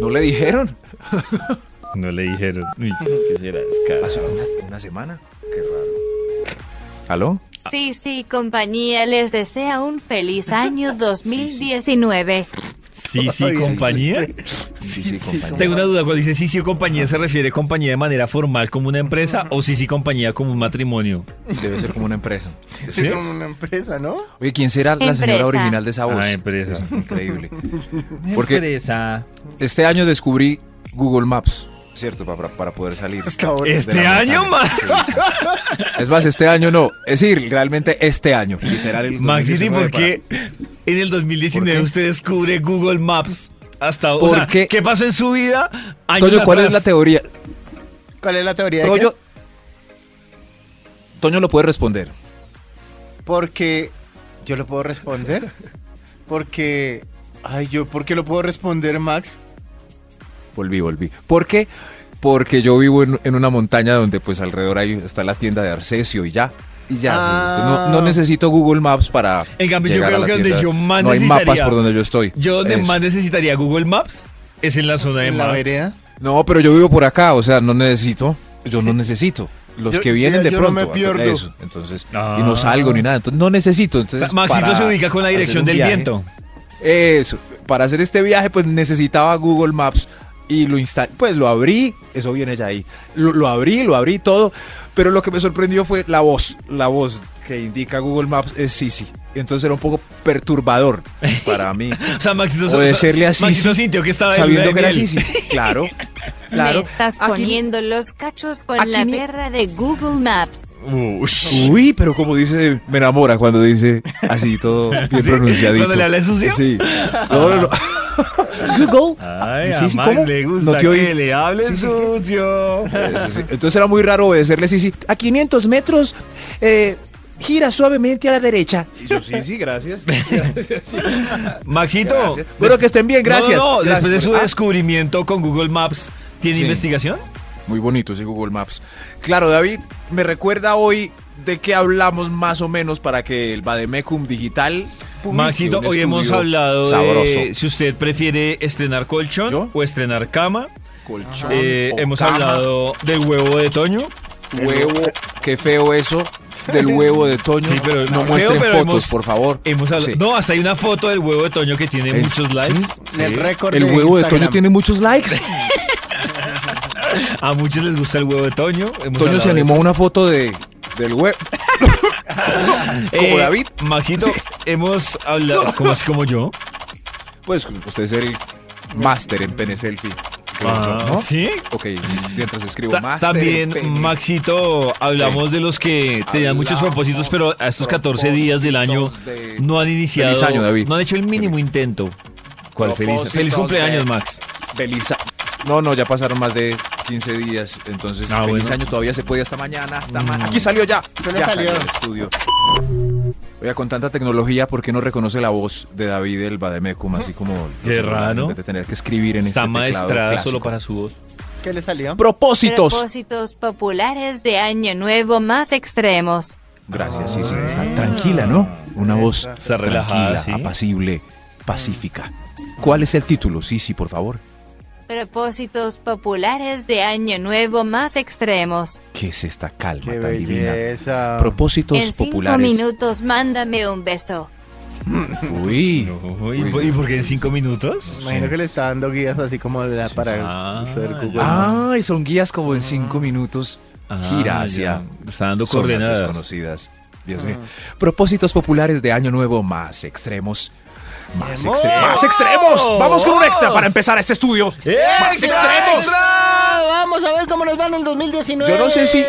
¿No le dijeron? No le dijeron. Uy, ¿Qué será? Es Pasó una, una semana. Qué raro. ¿Aló? Sí, sí, compañía, les desea un feliz año 2019. Ah, Sí, sí, compañía. Sí, sí, compañero. Tengo una duda, cuando dice sí, sí, compañía, ¿se refiere compañía de manera formal como una empresa o sí, sí, compañía como un matrimonio? Debe ser como una empresa. ¿Sí? Es como una empresa, ¿no? Oye, ¿quién será la señora Empresa. original de esa voz? Ah, empresa. Es increíble. Porque Empresa. este año descubrí Google Maps, ¿cierto? Para, para poder salir. Hasta ahora. de ¿Este la año, montaña. Max? Sí, sí. Es más, este año no. Es decir, realmente este año. Literal. el Max, ¿y 2019 por qué en el 2019 ¿Por qué? usted descubre Google Maps? Hasta, o ¿Por sea, qué? qué? pasó en su vida? para- años Toño, ¿cuál es la atrás? teoría? ¿Cuál es la teoría? de Toño, ellas? Toño lo puede responder. Porque yo lo puedo responder. Porque. Ay, yo, ¿por qué lo puedo responder, Max? Volví, volví. ¿Por qué? Porque yo vivo en, en una montaña donde pues alrededor ahí está la tienda de Arcesio y ya. Y ya. Ah. No, no necesito Google Maps para. En cambio, yo llegar a creo la que donde tienda. yo más No hay mapas necesitaría- por donde yo estoy. Yo donde Eso. más necesitaría Google Maps es en la zona de En la Max. vereda. No, pero yo vivo por acá, o sea, no necesito. Yo Eh, no necesito. Los Yo- que vienen yo- de yo no pronto. me pierdo. Eso. Entonces, y Ah. no salgo ni nada. Entonces, no necesito. O Entonces, sea, Maxito para se ubica con la hacer dirección un del viaje- viento. Eso. Para hacer este viaje, pues necesitaba Google Maps y lo instalé. Pues lo abrí, eso viene ya ahí. Lo, lo abrí, lo abrí todo. Pero lo que me sorprendió fue la voz. La voz que indica Google Maps es Sisi. Entonces era un poco perturbador para mí. O sea, Maxito, Obedecerle a Maxito Sisi, sintió que estaba de sabiendo luna de que era miel. Sisi. Claro. Claro. Me estás Aquí- poniendo los cachos aquí con la ni- perra de Google Maps. Ush. Uy, pero como dice, me enamora cuando dice así todo bien ¿Sí? pronunciadito. ¿Cuando le habla sucio? Sí. No, no, no. Google. Ay, Sí, sí, a Max ¿cómo? le gusta No te oí. que le hable Sí, sí. sucio. Eso sí. Entonces era muy raro obedecerle sí, sí. A 500 metros, eh, gira suavemente a la derecha. Y yo, sí, sí, gracias. Maxito. Gracias. Bueno, que estén bien, gracias. No, no, no, Gracias después de por- su Ah. descubrimiento con Google Maps, ¿tiene Sí. investigación? Muy bonito ese Google Maps. Claro, David, me recuerda hoy de qué hablamos más o menos para que el Bademecum Digital. publique Maxito, un hoy hemos estudio hablado sabroso. de si usted prefiere estrenar colchón ¿Yo? o estrenar cama. Colchón, Eh, o hemos cama, hablado del huevo de Toño. Huevo, qué feo eso del huevo de Toño. Sí, pero no no, muestren feo, pero fotos, hemos- por favor. Hemos hablado, Sí. No, hasta hay una foto del huevo de Toño que tiene Es- muchos likes. sí. El récord El huevo de Toño Instagram. tiene muchos likes. A muchos les gusta el huevo de Toño. hemos Toño se hablado de animó a una foto de del huevo. eso. Eh, como David. Maxito, hemos hablado. ¿Cómo así como yo? Pues usted es el máster en pene selfie. creo Ah, yo, ¿no? ¿Sí? Ok, sí, mientras escribo Ta- máster en pene. También, Maxito, hablamos de los que tenían muchos Hablamos propósitos, pero a estos 14 días del año propósitos de- no han iniciado. Feliz año, David. No han hecho el mínimo intento. ¿Cuál feliz? Propósitos Feliz cumpleaños, de- este Max. Feliz a- No, no, ya pasaron más de 15 días, entonces Ah, feliz bueno. Mm. año todavía se puede hasta mañana, hasta ma- Aquí salió ya. Ya Ya salió salió. del estudio. Oiga, con tanta tecnología, ¿por qué no reconoce la voz de David el Bademecum? Así como los Qué celulares, raro. en vez de tener que escribir en Está este teclado maestrada clásico. solo para su voz. ¿Qué le salió? Propósitos. Propósitos populares de año nuevo más extremos. Gracias, sí, sí. Está tranquila, ¿no? Una voz Está relajada, tranquila, sí. apacible, pacífica. ¿Cuál es el título? Sí, sí, por favor. Propósitos populares de año nuevo más extremos. ¿Qué es esta calma Qué tan divina? belleza. Propósitos en cinco populares. minutos mándame un beso. Uy, ¿Y, uy, y por qué en cinco minutos? Imagino Sí. que le está dando guías así como de la- Sí, para sí. Ah, usar Google. Ah. Ay, son guías como en cinco minutos. Gira Ah, hacia ya. Está dando zonas coordenadas. desconocidas. Dios Ah. mío. Propósitos populares de Año Nuevo más extremos. Más, ¡Vamos! extre- más extremos. Vamos con un extra para empezar este estudio. Más extremos. Ah, Vamos a ver cómo nos va en el 2019. Yo no sé si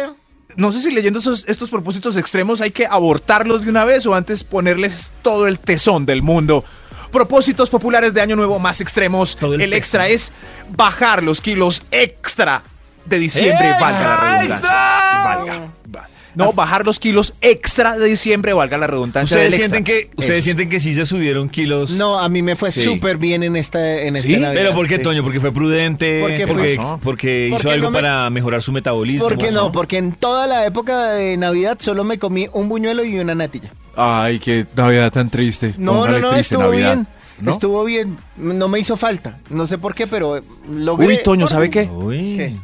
no sé si leyendo esos- estos propósitos extremos hay que abortarlos de una vez o antes ponerles todo el tesón del mundo. Propósitos populares de año nuevo más extremos. Todo El, el extra es bajar los kilos extra de diciembre, ¡Extra! valga la redundancia. Valga. va- No, bajar los kilos extra de diciembre, valga la redundancia. ¿Ustedes, del sienten extra. que, ustedes Eso. sienten que sí se subieron kilos. No, a mí me fue Sí. súper bien en esta en esta ¿Sí? Navidad, Pero ¿por qué, sí. Toño? ¿Porque fue prudente? Porque fui- porque, Razón. porque hizo Porque algo no me- para mejorar su metabolismo. Porque no, Razón. porque en toda la época de Navidad solo me comí un buñuelo y una natilla. Ay, qué Navidad tan triste. No, no, Póngale no, triste estuvo Navidad. bien. ¿No? Estuvo bien, no me hizo falta. No sé por qué, pero eh, logré. Uy, Toño, ¿sabe qué? Uy. ¿Qué?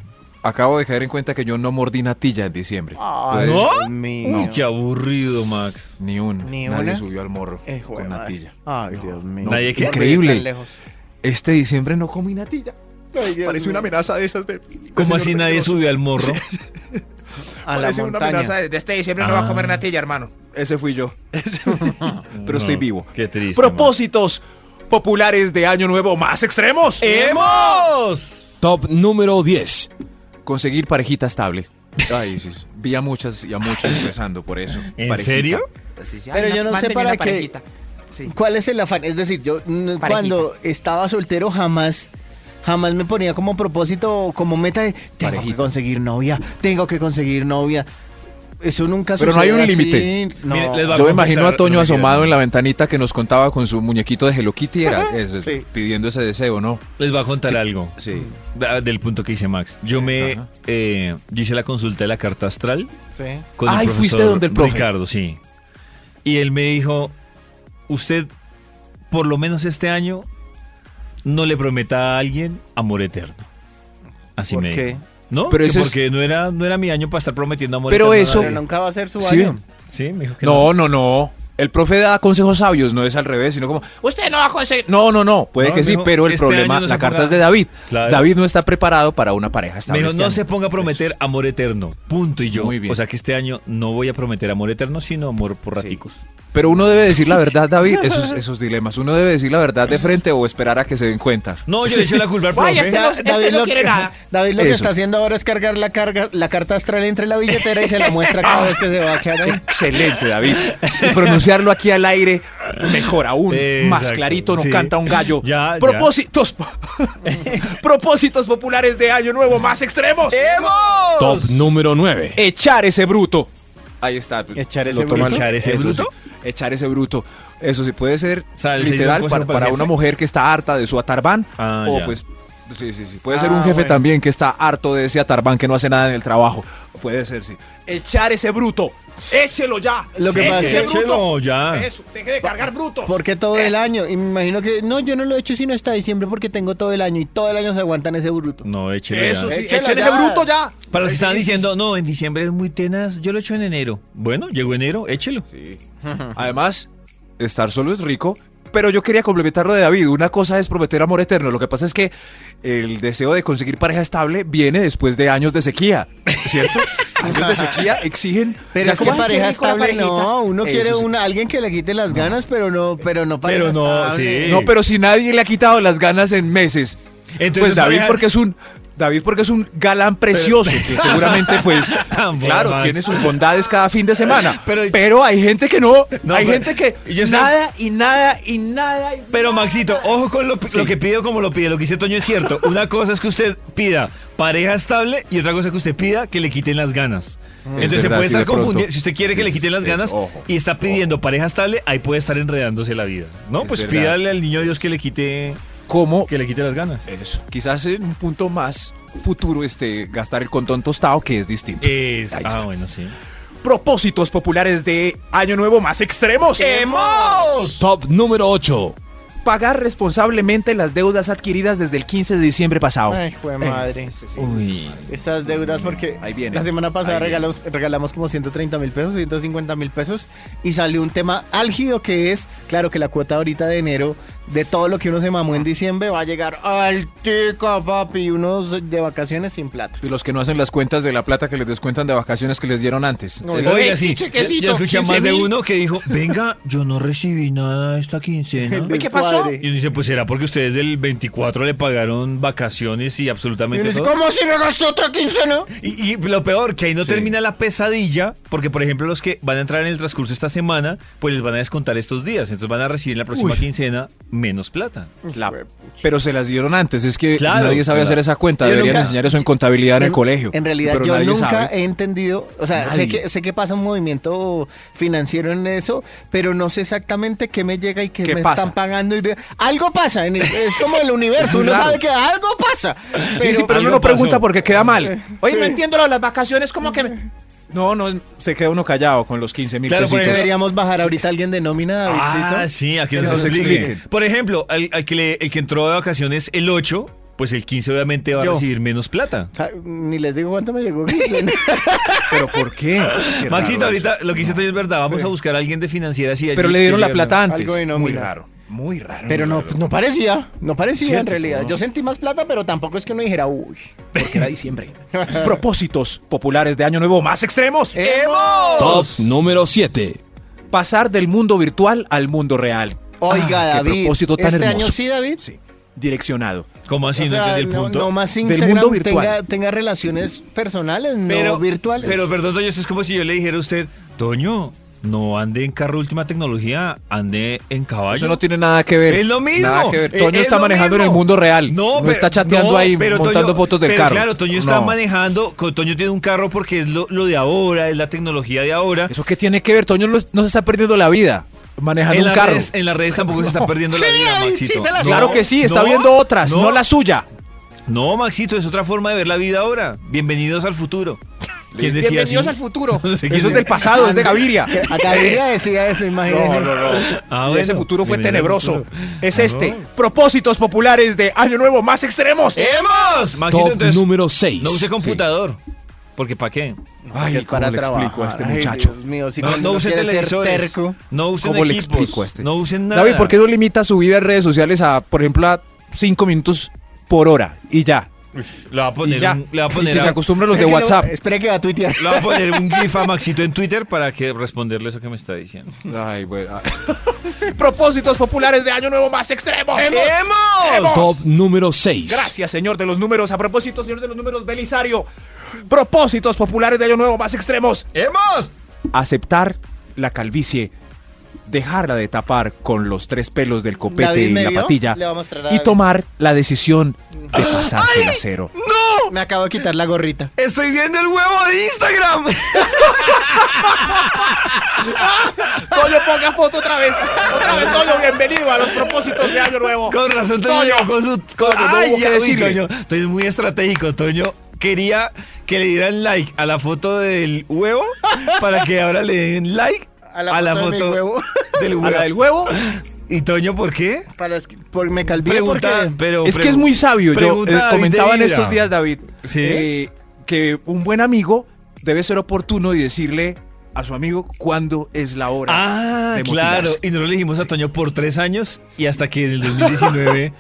Acabo de caer en cuenta que yo no mordí natilla en diciembre. Ay, Entonces, ¿No? Dios mío. Uy, qué aburrido, Max. Ni una. ¿Ni Nadie una? subió al morro Eh, con joder, madre. natilla. Ay, No, Dios no, mío. ¿Nadie qué? Increíble. Tan lejos. Este diciembre no comí natilla. Ay, Dios Parece mío. una amenaza de esas de. ¿Cómo del así señor nadie mentiroso. subió al morro? A la Parece una amenaza montaña. de, de este diciembre no va a comer Ah. natilla, hermano. Ese fui yo. Ese- Pero estoy No, vivo. Qué triste. Propósitos populares de Año Nuevo más extremos. Max. Eh, ¡Hemos! Top número 10. Conseguir parejita estable. Ay, sí, sí. Vi a muchas y a muchos rezando por eso. ¿En Parejita. serio? Pero yo no sé para qué- ¿Cuál es el afán? Es decir, yo mm, Parejita. cuando estaba soltero jamás, jamás me ponía como propósito, como meta de tengo Parejita. que conseguir novia, tengo que conseguir novia. Eso nunca Pero no sucede hay un así. límite. No. Mire, les va- Yo a me imagino a confesar Toño una asomado realidad. en la ventanita que nos contaba con su muñequito de Hello Kitty, era eso, es, sí. pidiendo ese deseo, ¿no? Les voy a contar algo Sí. da- del punto que dice Max. Yo me Ajá. eh, yo hice la consulta de la carta astral Sí. con Ay, el profesor fuiste donde el profe. Ricardo, sí. Y él me dijo, usted por lo menos este año no le prometa a alguien amor eterno. Así ¿Por me qué? dijo. ¿No? Pero Que ese es- porque no era no era mi año para estar prometiendo amor Pero eterno a eso- Pero nadie. nunca va a ser su Sí, año. Sí, me dijo que No, no, no. El profe da consejos sabios, no es al revés, sino como, usted no va a conseguir. No, no, no, puede No, que sí, mijo, pero el este problema, año no la se carta ponga- es de David. Claro. David no está preparado para una pareja Me estable. dijo, este no año". se ponga a prometer Eso. amor eterno. Punto y yo. Muy bien. O sea que este año no voy a prometer amor eterno, sino amor por Sí. raticos. Pero uno debe decir la verdad, David, esos, esos dilemas. Uno debe decir la verdad de frente o esperar a que se den cuenta. No, yo le echo la culpa al profe. Vaya, este no, este no lo quiere que, nada. David lo que Eso. está haciendo ahora es cargar la, carga, la carta astral entre la billetera y se la muestra cada vez que se va a echar ahí. Excelente, David. Y pronunciarlo aquí al aire, mejor aún, Exacto, más clarito, no sí. canta un gallo. Ya, ya. propósitos, propósitos populares de Año Nuevo más extremos. Top número 9. Echar ese bruto. Ahí está. Echar Lo ese toma- bruto. Echar ese eso bruto. sí. Echar ese bruto. Eso sí puede ser O sea, el literal para, señor cosa para el para una jefe. mujer que está harta de su atarbán. Ah, o ya. pues, sí, sí, sí. Puede ser Ah, un jefe bueno. también que está harto de ese atarbán que no hace nada en el trabajo. Puede ser, sí. Echar ese bruto. Échelo ya. Lo que Échelo, pasa es que- échelo, ya. Eso, deje de cargar bruto. ¿Por qué todo el año? Y me imagino que no, yo no lo he hecho sino hasta diciembre porque tengo todo el año y todo el año se aguantan ese bruto. No, échelo Eso ya. sí, Échelo échele ya. ese bruto ya. Para los que estaban diciendo, no, en diciembre es muy tenaz, yo lo echo en enero. Bueno, llegó enero, échelo. Además, estar solo es rico. Pero yo quería complementar lo de David. Una cosa es prometer amor eterno. Lo que pasa es que el deseo de conseguir pareja estable viene después de años de sequía, ¿cierto? años de sequía exigen. Pero Ya es que como, "Ay, qué pareja rico la estable no, parejita". uno Eso quiere sí. una, alguien que le quite las ganas, pero no, pero no pareja Pero no, estable. sí. No, pero si nadie le ha quitado las ganas en meses. Entonces, pues David pareja- porque es un David porque es un galán precioso, que seguramente pues Tan bueno, claro, Max. tiene sus bondades cada fin de semana. Pero, Pero- hay gente que no, No, hay pero- gente que y yo estoy- nada y nada y nada. y- Pero Maxito, ojo con lo, lo que pido como lo pide, lo que dice Toño es cierto. Una cosa es que usted pida pareja estable y otra cosa es que usted pida que le quiten las ganas. Entonces se Mm, verdad, puede sí, estar de pronto. confundiendo. Si usted quiere Sí, que le es- quiten las es- ganas ojo, y está pidiendo pareja estable, ahí puede estar enredándose la vida. No, Es pues verdad. pídale al niño Dios que le quite ¿Cómo? que le quite las ganas. Eso. Quizás en un punto más futuro este gastar el contón tostado que es distinto. Es- Ahí ah, está. bueno, sí. Propósitos populares de Año Nuevo más extremos. Top número 8. Pagar responsablemente las deudas adquiridas desde el 15 de diciembre pasado. Ay, jue madre. Uy. Esas deudas porque Ahí viene, la semana pasada ahí viene. regalamos, regalamos como 130 mil pesos, 150 mil pesos y salió un tema álgido que es, claro que la cuota ahorita de enero de todo lo que uno se mamó en diciembre va a llegar altica, papi, y unos de vacaciones sin plata. Y los que no hacen las cuentas de la plata que les descuentan de vacaciones que les dieron antes. No, Oiga, Ey, sí. Yo, chequecito, yo escuché a más de 15.000. uno que dijo, venga, yo no recibí nada esta quincena. ¿qué pasó? Y uno dice, pues será porque ustedes del 24 le pagaron vacaciones y Y uno absolutamente dice, todo. ¿Cómo si me gastó otra quincena? Y, y lo peor, que ahí no Sí. termina la pesadilla, porque por ejemplo los que van a entrar en el transcurso esta semana, pues les van a descontar estos días, entonces van a recibir en la próxima Uy. quincena menos plata. La- pero se las dieron antes, es que Claro, nadie sabe claro. hacer esa cuenta, Yo deberían nunca- enseñar eso en contabilidad en, el colegio. En realidad, pero yo nadie nunca eh, sabe. he entendido, o sea, sé Nadie. que, sé que pasa un movimiento financiero en eso, pero no sé exactamente qué me llega y qué, ¿Qué me pasa? están pagando. y de- algo pasa, en el- es como el Es universo, muy uno raro. sabe que algo pasa. sí, sí, pero uno algo no pregunta pasó. porque queda mal. Oye, no entiendo lo de las vacaciones, como que me- No, no, se queda uno callado con los 15 mil Claro, por pesitos. ejemplo, Deberíamos bajar ahorita a alguien de nómina, Davidcito. Ah, sí, aquí Que nos, nos expliquen. expliquen. Por ejemplo, al, al que le- el que entró de vacaciones el 8, pues el 15 obviamente va Yo. a recibir menos plata. O sea, ni les digo cuánto me llegó. ¿Pero por qué? Qué Maxito, raro ahorita eso. lo que hice es verdad, vamos a buscar a alguien de financiera. sí, Pero allí- le dieron sí, la no. plata antes. Algo de nómina. Muy raro, muy raro. pero no, no parecía, no parecía en Cierto, realidad. no. Yo sentí más plata, pero tampoco es que uno dijera, uy. Porque era diciembre. Propósitos populares de Año Nuevo más extremos. Top número 7. Pasar del mundo virtual al mundo real. Oiga, Ah, qué David. propósito tan este hermoso. año sí, David. Sí, direccionado. ¿Cómo así? O sea, no entendí el no, punto. no más Del mundo Instagram virtual. Tenga, tenga relaciones personales, pero, no virtuales. Pero perdón, Toño, esto es como si yo le dijera a usted, Toño, no ande en carro última tecnología, ande en caballo. Eso no tiene nada que ver. Es lo mismo. Nada que ver. eh, Toño es está lo manejando en el mismo. mundo real. No, pero- está chateando no, ahí pero montando Toño- fotos del pero carro. Claro, Toño está No. manejando. co- Toño tiene un carro porque es lo, lo de ahora, es la tecnología de ahora. ¿Eso qué tiene que ver? Toño lo- no se está perdiendo la vida manejando en un las carro. Redes, en las redes tampoco se está perdiendo la Sí, vida, ahí Maxito. sí se las- Claro No, que sí, está no, viendo otras, no. no la suya. No, Maxito, es otra forma de ver la vida ahora. Bienvenidos al futuro. ¿Quién decía así? futuro. No sé quién Eso es es. del pasado, es de Gaviria. A Gaviria decía eso, imagínese. Eh, No, no, no. Ah, Y bueno. ese futuro fue Bienvenido al tenebroso. Es este. Ah, No. Eh, Propósitos populares de Año Nuevo más extremos. ¡Hemos! Maxito, Top entonces, número 6. no use computador. Porque ¿para qué? Ay, Que ¿cómo le explico a este Ay, muchacho? Dios mío, si no, no usen quiere ser televisores. terco. No usen ¿Cómo le equipos. explico a este? No usen nada. David, ¿por qué no limita su vida en redes sociales a, por ejemplo, a 5 minutos por hora y ya? Le va a Y poner, ya. un, le va a Y poner que a- se acostumbren los de Es que le- WhatsApp. Espere que va a tuitear. Le voy a poner un gif a Maxito en Twitter para que responderle eso que me está diciendo. Ay, bueno. Propósitos populares de Año Nuevo más extremos. ¡Hemos! Top número 6. Gracias, señor de los números. A propósito, señor de los números, Belisario. Propósitos populares de Año Nuevo más extremos. ¡Hemos! Aceptar la calvicie. Dejarla de tapar con los tres pelos del copete David, y ¿me la vio? patilla. Le va a mostrar a Y David. tomar la decisión de pasarse a cero. Me acabo de quitar la gorrita. Estoy viendo el huevo de Instagram. Toño, ponga foto otra vez. Otra vez, Toño, bienvenido a los propósitos de Año Nuevo. Con razón, Toño. Toño, con su, con- Toño, no hubo que vi, decirle. Toño. Toño es muy estratégico. Toño quería que le dieran like a la foto del huevo para que ahora le den like A la foto de mi huevo. del A la del huevo. huevo. ¿Y Toño por qué? Para, por, me calvié Pregunta, porque... pero Es que pregun- es muy sabio. Yo pregunta eh, a David comentaba en de estos Vibra. días, David, Sí. eh, que un buen amigo debe ser oportuno y decirle a su amigo cuándo es la hora. Ah, de claro. motivarse. Y nosotros le dijimos a Toño por tres años y hasta que en el 2019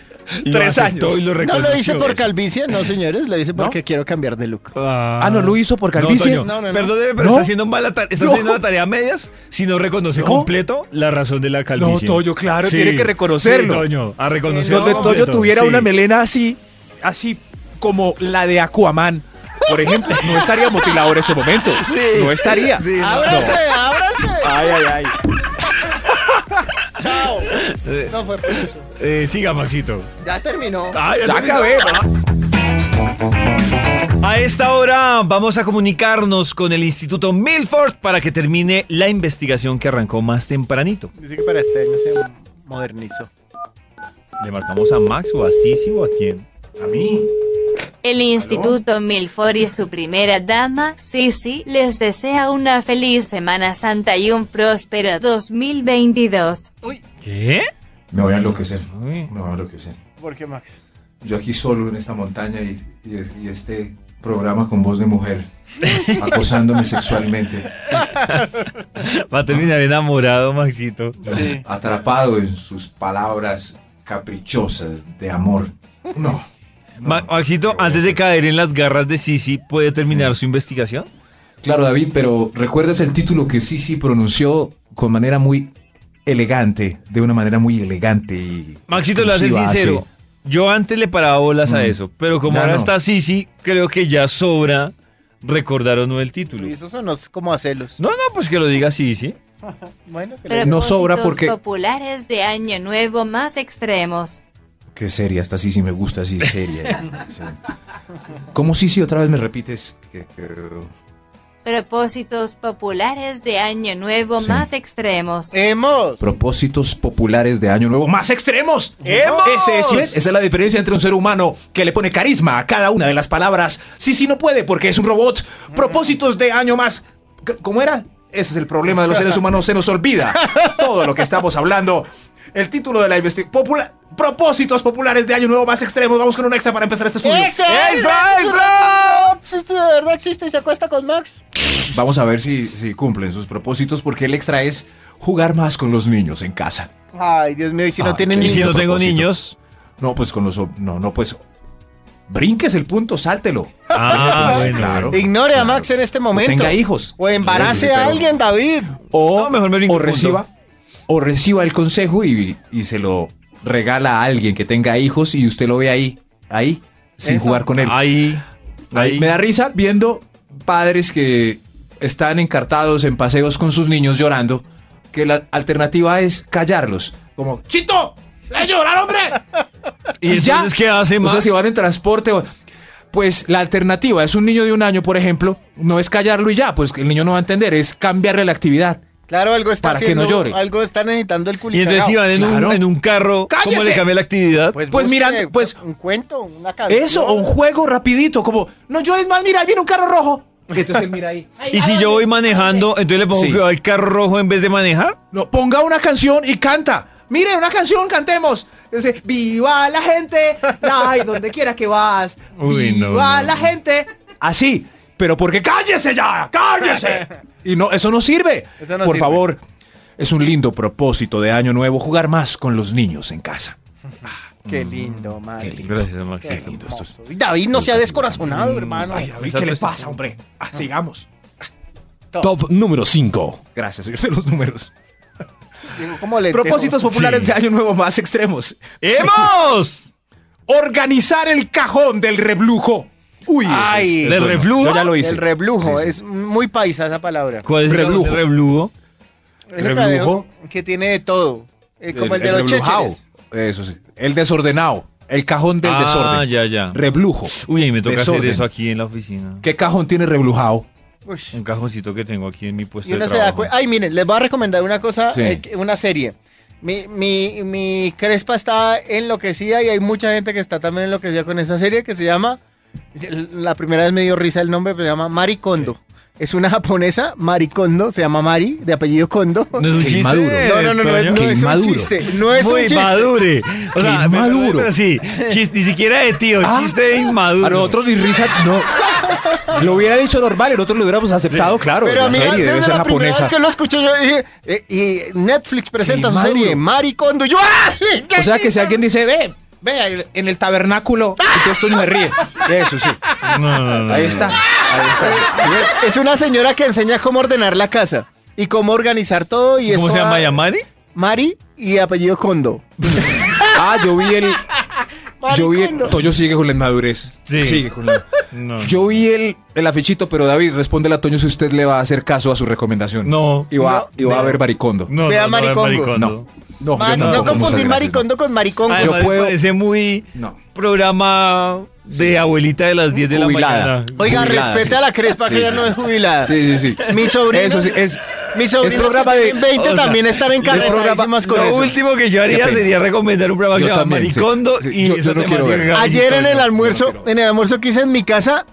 lo Tres aceptó años. y lo No lo hice reconoció. por calvicie, no señores, lo hice porque quiero cambiar de look. Ah, Ah, no lo hizo por calvicie. No, Toño, No, no, no. Perdóneme, pero No. está haciendo mala tarea. Está No. haciendo la tarea a medias si no reconoce No. completo la razón de la calvicie. No, Toño, claro, Sí. tiene que reconocerlo. Sí, Toño, a reconocerlo. Donde Toño completo, tuviera sí. una melena así, así como la de Aquaman, por ejemplo, no estaría motivado en este momento. Sí. No estaría. Sí, no. ¡Ábrase, ábrase! Ay, ay, ay. ¡Chao! Eh, No fue por eso. eh, siga, Maxito. Ya terminó. Ah, Ya acabé. A esta hora vamos a comunicarnos con el Instituto Milford para que termine la investigación que arrancó más tempranito. Dice que para este año se modernizó. ¿Le marcamos a Max o a Sisi o a quién? A mí. El Instituto Milford y su primera dama, Sisi, les desea una feliz Semana Santa y un próspero 2022. ¿Qué? Me voy a enloquecer. Uy. Me voy a enloquecer. ¿Por qué, Max? Yo aquí solo en esta montaña y, y es- y este programa con voz de mujer acosándome sexualmente, Va a terminar enamorado, Maxito. Sí. atrapado en sus palabras caprichosas de amor. No. no, Ma- Maxito, ¿qué voy a antes de hacer? caer en las garras de Sisi, ¿puede terminar su investigación? Claro, David, pero ¿recuerdas el título que Sisi pronunció con manera muy elegante, de una manera muy elegante y Maxito, lo hace exclusiva, Ah, sincero. Yo antes le paraba bolas a Mm. eso, pero como Ya ahora no. está Sisi, creo que ya sobra recordar o no el título. Y Pues esos son los como a celos. No, no, pues que lo diga Sisi. Bueno, que le- Propósitos No sobra porque- populares de Año Nuevo más extremos. así. Qué seria, hasta Sisi me gusta así, seria. Sí. ¿Cómo Sisi otra vez me repites? que- que- Propósitos populares de Año Nuevo Sí. más extremos. ¡Hemos! propósitos populares de Año Nuevo más extremos. ¡Hemos! Ese es, ¿ven? esa es la diferencia entre un ser humano que le pone carisma a cada una de las palabras. Sí, sí, no puede porque es un robot. Propósitos de año más C- ¿Cómo era? Ese es el problema de los seres humanos, se nos olvida todo lo que estamos hablando. El título de la investigación. Propósitos populares de Año Nuevo más extremos. Vamos con un extra para empezar este estudio. extra! ¿Existe de verdad existe y se acuesta con Max? Vamos a ver si, si cumplen sus propósitos, porque el extra es jugar más con los niños en casa. Ay, Dios mío, y si no Ay, tienen qué Y niños. si no tengo propósito. niños. No, pues con los. ob- No, no, pues. Brinques el punto, sáltelo. Ah, bueno. Claro. Ignore a Claro. Max en este O momento. tenga hijos. O embarace Sí, a pero- alguien, David. O, No, mejor me brinco o el punto. reciba, o reciba el consejo y, y se lo regala a alguien que tenga hijos y usted lo ve ahí, ahí, sin Eso. jugar con él. Ahí. Ahí. ahí. Me da risa viendo padres que están encartados en paseos con sus niños llorando, que la alternativa es callarlos. Como, ¡Chito! ¡Le llorar, hombre! ¿Y ya. entonces qué hacemos? o sea, si van en transporte, o- pues la alternativa es un niño de un año, por ejemplo, no es callarlo y ya, pues el niño no va a entender, es cambiarle la actividad. Claro, algo está Para que no haciendo- llore. Algo está necesitando el Y culicagao. entonces iban en, Claro. un, en un carro. ¿Cómo ¡Cállese! le cambié la actividad? Pues busque mirando, pues- un cuento, una canción. Eso, o un juego rapidito, como, no llores más, mira, ahí viene un carro rojo. Y entonces él mira ahí. y si yo voy manejando, entonces le pongo Sí. que va el carro rojo en vez de manejar. No, ponga una canción y canta. Mire, una canción, cantemos. Dice, viva la gente, ay, donde quiera que vas. Uy, no, viva no, la no. gente. Así, pero porque cállese ya, cállese. y no, eso no sirve. Eso no Por sirve. favor, es un lindo propósito de año nuevo jugar más con los niños en casa. Qué lindo, Max. Qué lindo. Gracias, Max. Qué lindo esto es. mm, Uy, David no se ha descorazonado, hermano. Ay, David, ¿qué le pasa, hombre? Ah, sigamos. Top número 5. Gracias, yo sé los números. Digo, ¿Cómo le Propósitos populares de Año Nuevo más extremos. ¡Hemos! Organizar el cajón del reblujo. Uy, ese Ay, es- ¿del bueno. reflujo? Yo ya lo dejo? hice. El reblujo, Sí, sí. es muy paisa esa palabra. ¿Cuál es el Reblujo. nombre? reblujo? Ese ¿Reblujo? carajo Que tiene de todo. Eh, como el, de los reblujao. chécheres. Eso sí. El desordenado. El cajón del ah, desorden. ya, ya. Reblujo. Uy, ahí me toca Desorden. hacer eso aquí en la oficina. ¿Qué cajón tiene reblujado? Uy. Un cajoncito que tengo aquí en mi puesto Y uno de se da trabajo. cuenta. Ay, miren, les voy a recomendar una cosa, Sí. eh, que- una serie. Mi, mi, mi Crespa está enloquecida y hay mucha gente que está también enloquecida con esa serie que se llama. La primera vez me dio risa el nombre, pero se llama Mari Kondo. Es una japonesa, Mari Kondo, se llama Mari, de apellido Kondo. No es un Qué chiste. inmaduro. No, no, no, no, es- Toño. no Qué es un inmaduro. chiste. No es Muy un chiste. madure. O Qué sea, inmaduro. maduro. Sí, chis- ni siquiera de tío, Ah. chiste de inmaduro. A nosotros ni risa. No. Lo hubiera dicho normal y nosotros lo hubiéramos aceptado, claro. Pero la a mí, serie desde debe ser la primera japonesa. vez que lo escuché, yo dije, eh, y Netflix presenta Qué su serie maduro. Mari Kondo. Yo, ¡ah! O sea que si alguien dice, ve, ve, en el tabernáculo, entonces tú no me ríe. Eso sí. No, no, no. Ahí está. Ahí está. Sí, ve. Es una señora que enseña cómo ordenar la casa y cómo organizar todo. Y es ¿Cómo se toda llama Yamari? Mari y apellido Kondo. Ah, yo vi el. Yo vi el. Kondo. Toño sigue con la inmadurez. Sí. Sigue con la. No. Yo vi el, el afichito, pero David, responde a Toño si usted le va a hacer caso a su recomendación. No. Y va, No, y va a no. ver Maricondo. No, Vea no, no, Maricondo. Maricondo. No. No, Mari- yo no tampoco, confundir muchas Mari gracias. Kondo con maricongo. Además, Yo puedo- parece muy No. programa de abuelita de las 10 de Jubilada. la mañana. Oiga, jubilada, respete sí. a la Crespa Sí, que sí, ella no sí. es jubilada. Sí, sí, sí. Mi sobrino. Eso sí, es. Mis es sobrinos programa que de. tienen 20 o sea, también están encarretadísimas con lo eso. último que yo Qué haría pena. sería recomendar un programa Yo que se llama también, sí. Maricondo Sí, y yo- yo esa no quiero temática ver. que haga Ayer en el Maricondo. almuerzo, en el almuerzo que hice en mi casa,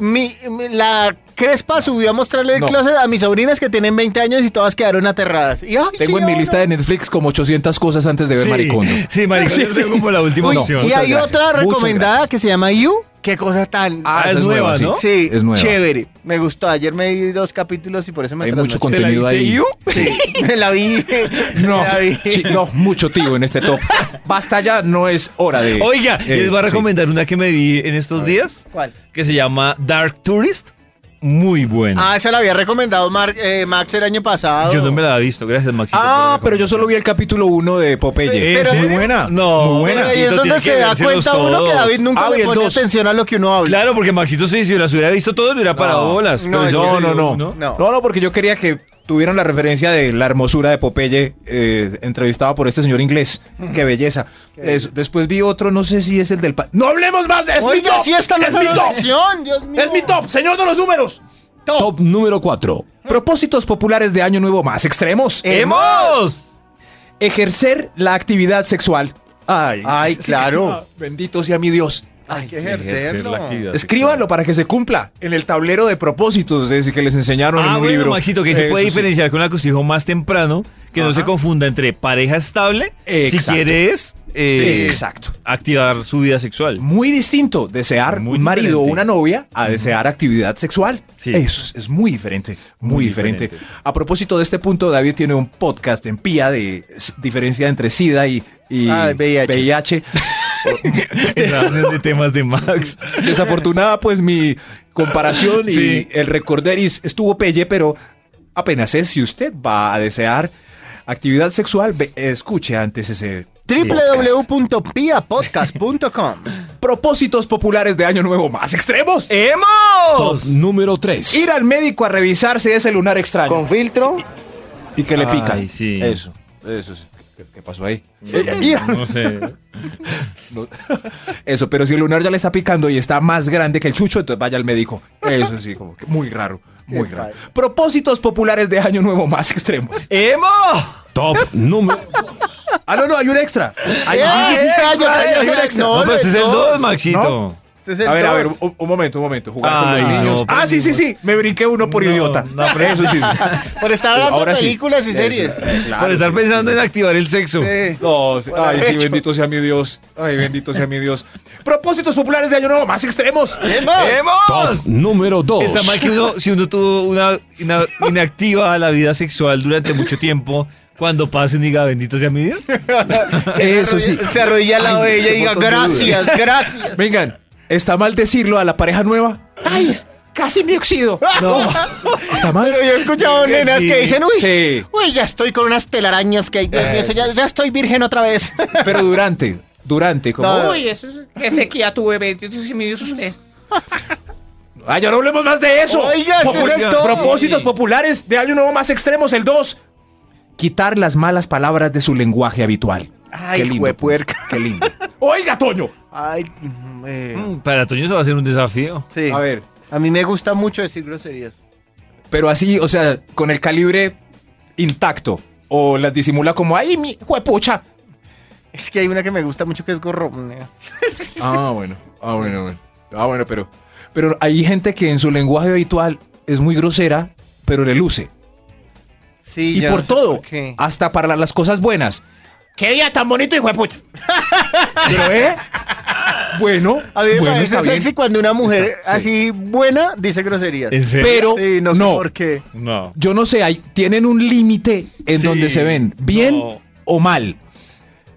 mi, mi- la Crespa subió a mostrarle el No. closet a mis sobrinas que tienen 20 años y todas quedaron aterradas. Y, ay, sí, Tengo en mi ahora. lista de Netflix como 800 cosas antes de ver Sí, Maricondo. Sí, Maricondo Sí, sí. es como la última Uy, opción. y Muchas hay gracias, otra muchas recomendada gracias. que se llama You. Qué cosa tan. Ah, Ah, esa es es nueva, nueva, sí. ¿no? sí, es nueva. chévere. Me gustó. Ayer me di dos capítulos y por eso me Hay mucho trasnoché. ¿Te la contenido viste ahí. You? Sí, me la vi. No, me la vi. sí, no, mucho tío en este top. Basta ya, no es hora de. Oiga, eh, les voy a sí. recomendar una que me vi en estos días ¿Cuál? que se llama Dark Tourist. Muy buena. Ah, esa la había recomendado Mar- eh, Max el año pasado. Yo no me la he visto, gracias Maxito. Ah, por pero yo solo vi el capítulo 1 de eh, Popeye. Pero- es muy buena. No. muy Pero buena. ahí es Tito, donde tiene se que da vérselos cuenta uno que todos. David nunca Ah, le y el pone dos. atención a lo que uno habla. Claro, porque Maxito sí, si las hubiera visto todas, hubiera parado bolas. No, Pero es yo- No, que- no, no, no. no. No, porque yo quería que tuvieran la referencia de la hermosura de Popeye, eh, entrevistado por este señor inglés. Qué belleza. Eso. Después vi otro, no sé si es el del... pa- ¡No hablemos más de ¡Es mi Oiga, top! sí, esta no ¡Es es la mi top! sección, Dios mío. ¡Es mi top! ¡Señor de los números! Top número 4. Propósitos populares de Año Nuevo más extremos. Eh. ¡Hemos! Ejercer la actividad sexual. Ay, Ah, Ay, claro. Bendito sea mi Dios. Hay que Sí, ejercer ejercerlo. la actividad Escríbanlo para que se cumpla en el tablero de propósitos de ese que les enseñaron en Ah, un bueno, libro. Eh, Maxito, que se Eso puede sí. diferenciar con la que usted dijo más temprano, que no se confunda entre pareja estable, si Exacto. quieres eh, Exacto. activar su vida sexual. Muy distinto desear Muy un marido o diferente. una novia a desear actividad sexual. Sí. Eso es, es muy diferente, muy, Muy diferente. diferente. A propósito de este punto, David tiene un podcast en PIA de s- diferencia entre SIDA y, y Ah, VIH. VIH. Hablan de temas de Max. Desafortunada, pues mi comparación y Sí. el recorderis estuvo pelle, pero apenas es si usted va a desear actividad sexual, ve- escuche antes ese www.piapodcast.com propósitos populares de año nuevo más extremos. Top ¡Hemos! número 3. Ir al médico a revisarse ese lunar extraño Con filtro. y que le Ay, pica. sí. Eso, eso sí. ¿Qué, qué pasó ahí? Eh, ir al- No sé. Eso, pero si el lunar ya le está picando y está más grande que el chucho, entonces vaya al médico. Eso sí, como que muy raro, muy raro. Propósitos populares de año nuevo más extremos. ¡Hemos! Top número. Ah, no, no, hay un extra. Hay, sí, sí, sí, extra, hay un hay extra, hay extra. un extra. No, pero este es el dos, 2, Maxito. ¿no? Este es el a ver, a ver, dos. un, un momento, un momento. Jugar con Ay, los niños. no, ah, sí, sí, sí. Me brinqué uno por No, idiota. no, pero- Eso sí. sí. Por estar hablando Ahora de sí. películas y Eso, series. eh, claro, Por estar sí, pensando sí, en sí. activar el sexo. Sí. No, sí, Para ay, el sí, pecho. bendito sea mi Dios. Ay, bendito sea mi Dios. Propósitos populares de año nuevo más extremos. Eh, Top ¡Hemos! número 2. Está mal que uno, si uno tuvo una, una inactiva la vida sexual durante mucho tiempo, cuando pase un diga bendito sea mi Dios. Eso sí. Se arrodilla al lado Ay, de ella y qué diga, fotos gracias, gracias. Vengan, ¿está mal decirlo a la pareja nueva? Ay, es- casi me oxido. No, está mal. Pero yo he escuchado nenas sí, que dicen, uy, sí. uy, ya estoy con unas telarañas que hay. Dios mío, ya, ya estoy virgen otra vez. Pero durante, durante, como. No. "Uy, Uy, eso es. Qué sequía tuve, bendito sea mi Dios usted. Ay, ya no hablemos más de eso. Oiga, ese Popul- es el top. Propósitos populares de año nuevo más extremos, el 2. Quitar las malas palabras de su lenguaje habitual. Ay, juepuerca. Qué lindo. Oiga, Toño. Ay, eh, Mm, Para Toño eso va a ser un desafío. sí. A ver, A mí me gusta mucho decir groserías. pero así, o sea, con el calibre intacto. O las disimula como, ay, mi juepucha. Es que hay una que me gusta mucho que es gorrón. Ah, bueno. Ah, bueno, bueno. Ah, bueno, pero. Pero hay gente que en su lenguaje habitual es muy grosera, pero le luce. Sí, Y yo por no sé todo, Ah, qué. hasta para las cosas buenas. Qué día tan bonito, hijo de puta. Pero, ¿eh? Bueno, A mí me bueno, parece está bien. sexy cuando una mujer Está, sí. así buena dice groserías. ¿En serio? Pero Sí, no, no, sé por qué. No. yo no sé, hay, tienen un límite en Sí, donde se ven bien no. o mal.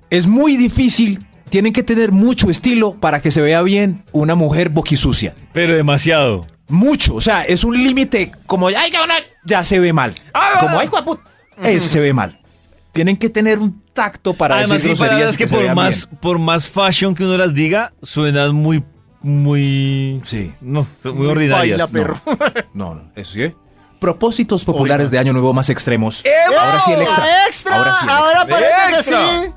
Es muy difícil, tienen que tener mucho estilo para que se vea bien una mujer boquisucia. Pero demasiado. Mucho, o sea, es un límite como ya, Ay, cabrón. ya se ve mal. Como Ah. Como ay, hijo de puta. Eso se ve mal. Tienen que tener un tacto para Además, decir hay groserías palabras y que, se por vean más, por más fashion que uno las diga, suenan muy, muy. bien. Sí, No, son muy, ordinarias. Baila, perro. no, no, eso sí. ¿eh? Propósitos populares de Año Nuevo más ¡Eh, extremos. Ahora sí el ¡Extra! extra. Ahora sí el Ahora extra. parece que ¡Extra! sí.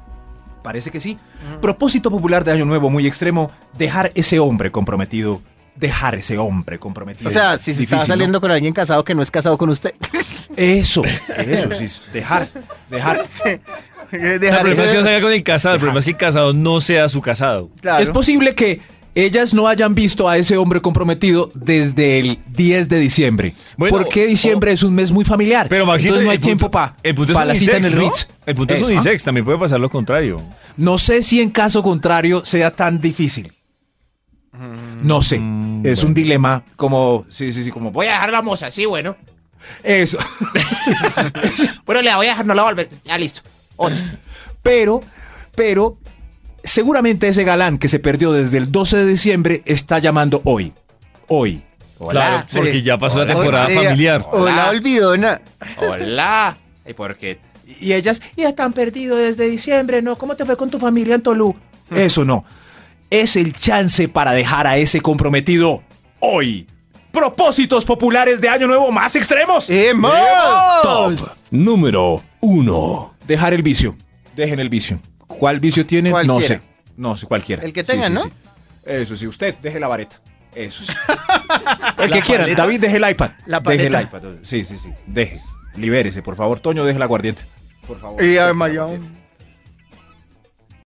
Parece que sí. Propósito popular de Año Nuevo muy extremo, dejar ese hombre comprometido. Dejar ese hombre comprometido. O sea, si se está Difícil, ¿no? saliendo con alguien casado que no es casado con usted. Eso, eso, sí. Dejar, dejar. No, el Dejar problema es que no ese- salga con el casado. El problema es que el casado no sea su casado. Claro. Es posible que ellas no hayan visto a ese hombre comprometido desde el 10 de diciembre. Bueno, porque diciembre es un mes muy familiar. Pero Maxito, Entonces no hay el tiempo punto- para el punto es la cita en el unisex, ¿no? Ritz. El punto es Eso, unisex, también puede pasar lo contrario. ¿ah? No sé si en caso contrario sea tan difícil. No sé. Mm, es bueno. un dilema como. Sí, sí, sí, como. Voy a dejar la moza, sí, bueno. Eso. Bueno, le voy a dejar, no la voy a volver. Ya listo. Otra. Pero, pero, seguramente ese galán que se perdió desde el 12 de diciembre está llamando hoy. Hoy. claro, porque sí. ya pasó Hola. la temporada Hola. familiar. Hola, olvidona. Hola. ¿Y por qué? Y ellas, ya están perdido desde diciembre, ¿no? ¿Cómo te fue con tu familia en Tolú? Hmm. Eso no. Es el chance para dejar a ese comprometido hoy. Propósitos populares de Año Nuevo más extremos. Top número 1. Dejar el vicio. Dejen el vicio. ¿Cuál vicio tiene? No Cualquiera. sé. No sé, cualquiera. El que tengan, ¿no? Eso sí, usted deje la vareta. Eso sí. el que quiera. David, deje el iPad. La deje el paleta. iPad. Sí, sí, sí. Deje. Libérese, por favor. Toño, deje la aguardiente. Por favor. Y Deje a la María. aguardiente.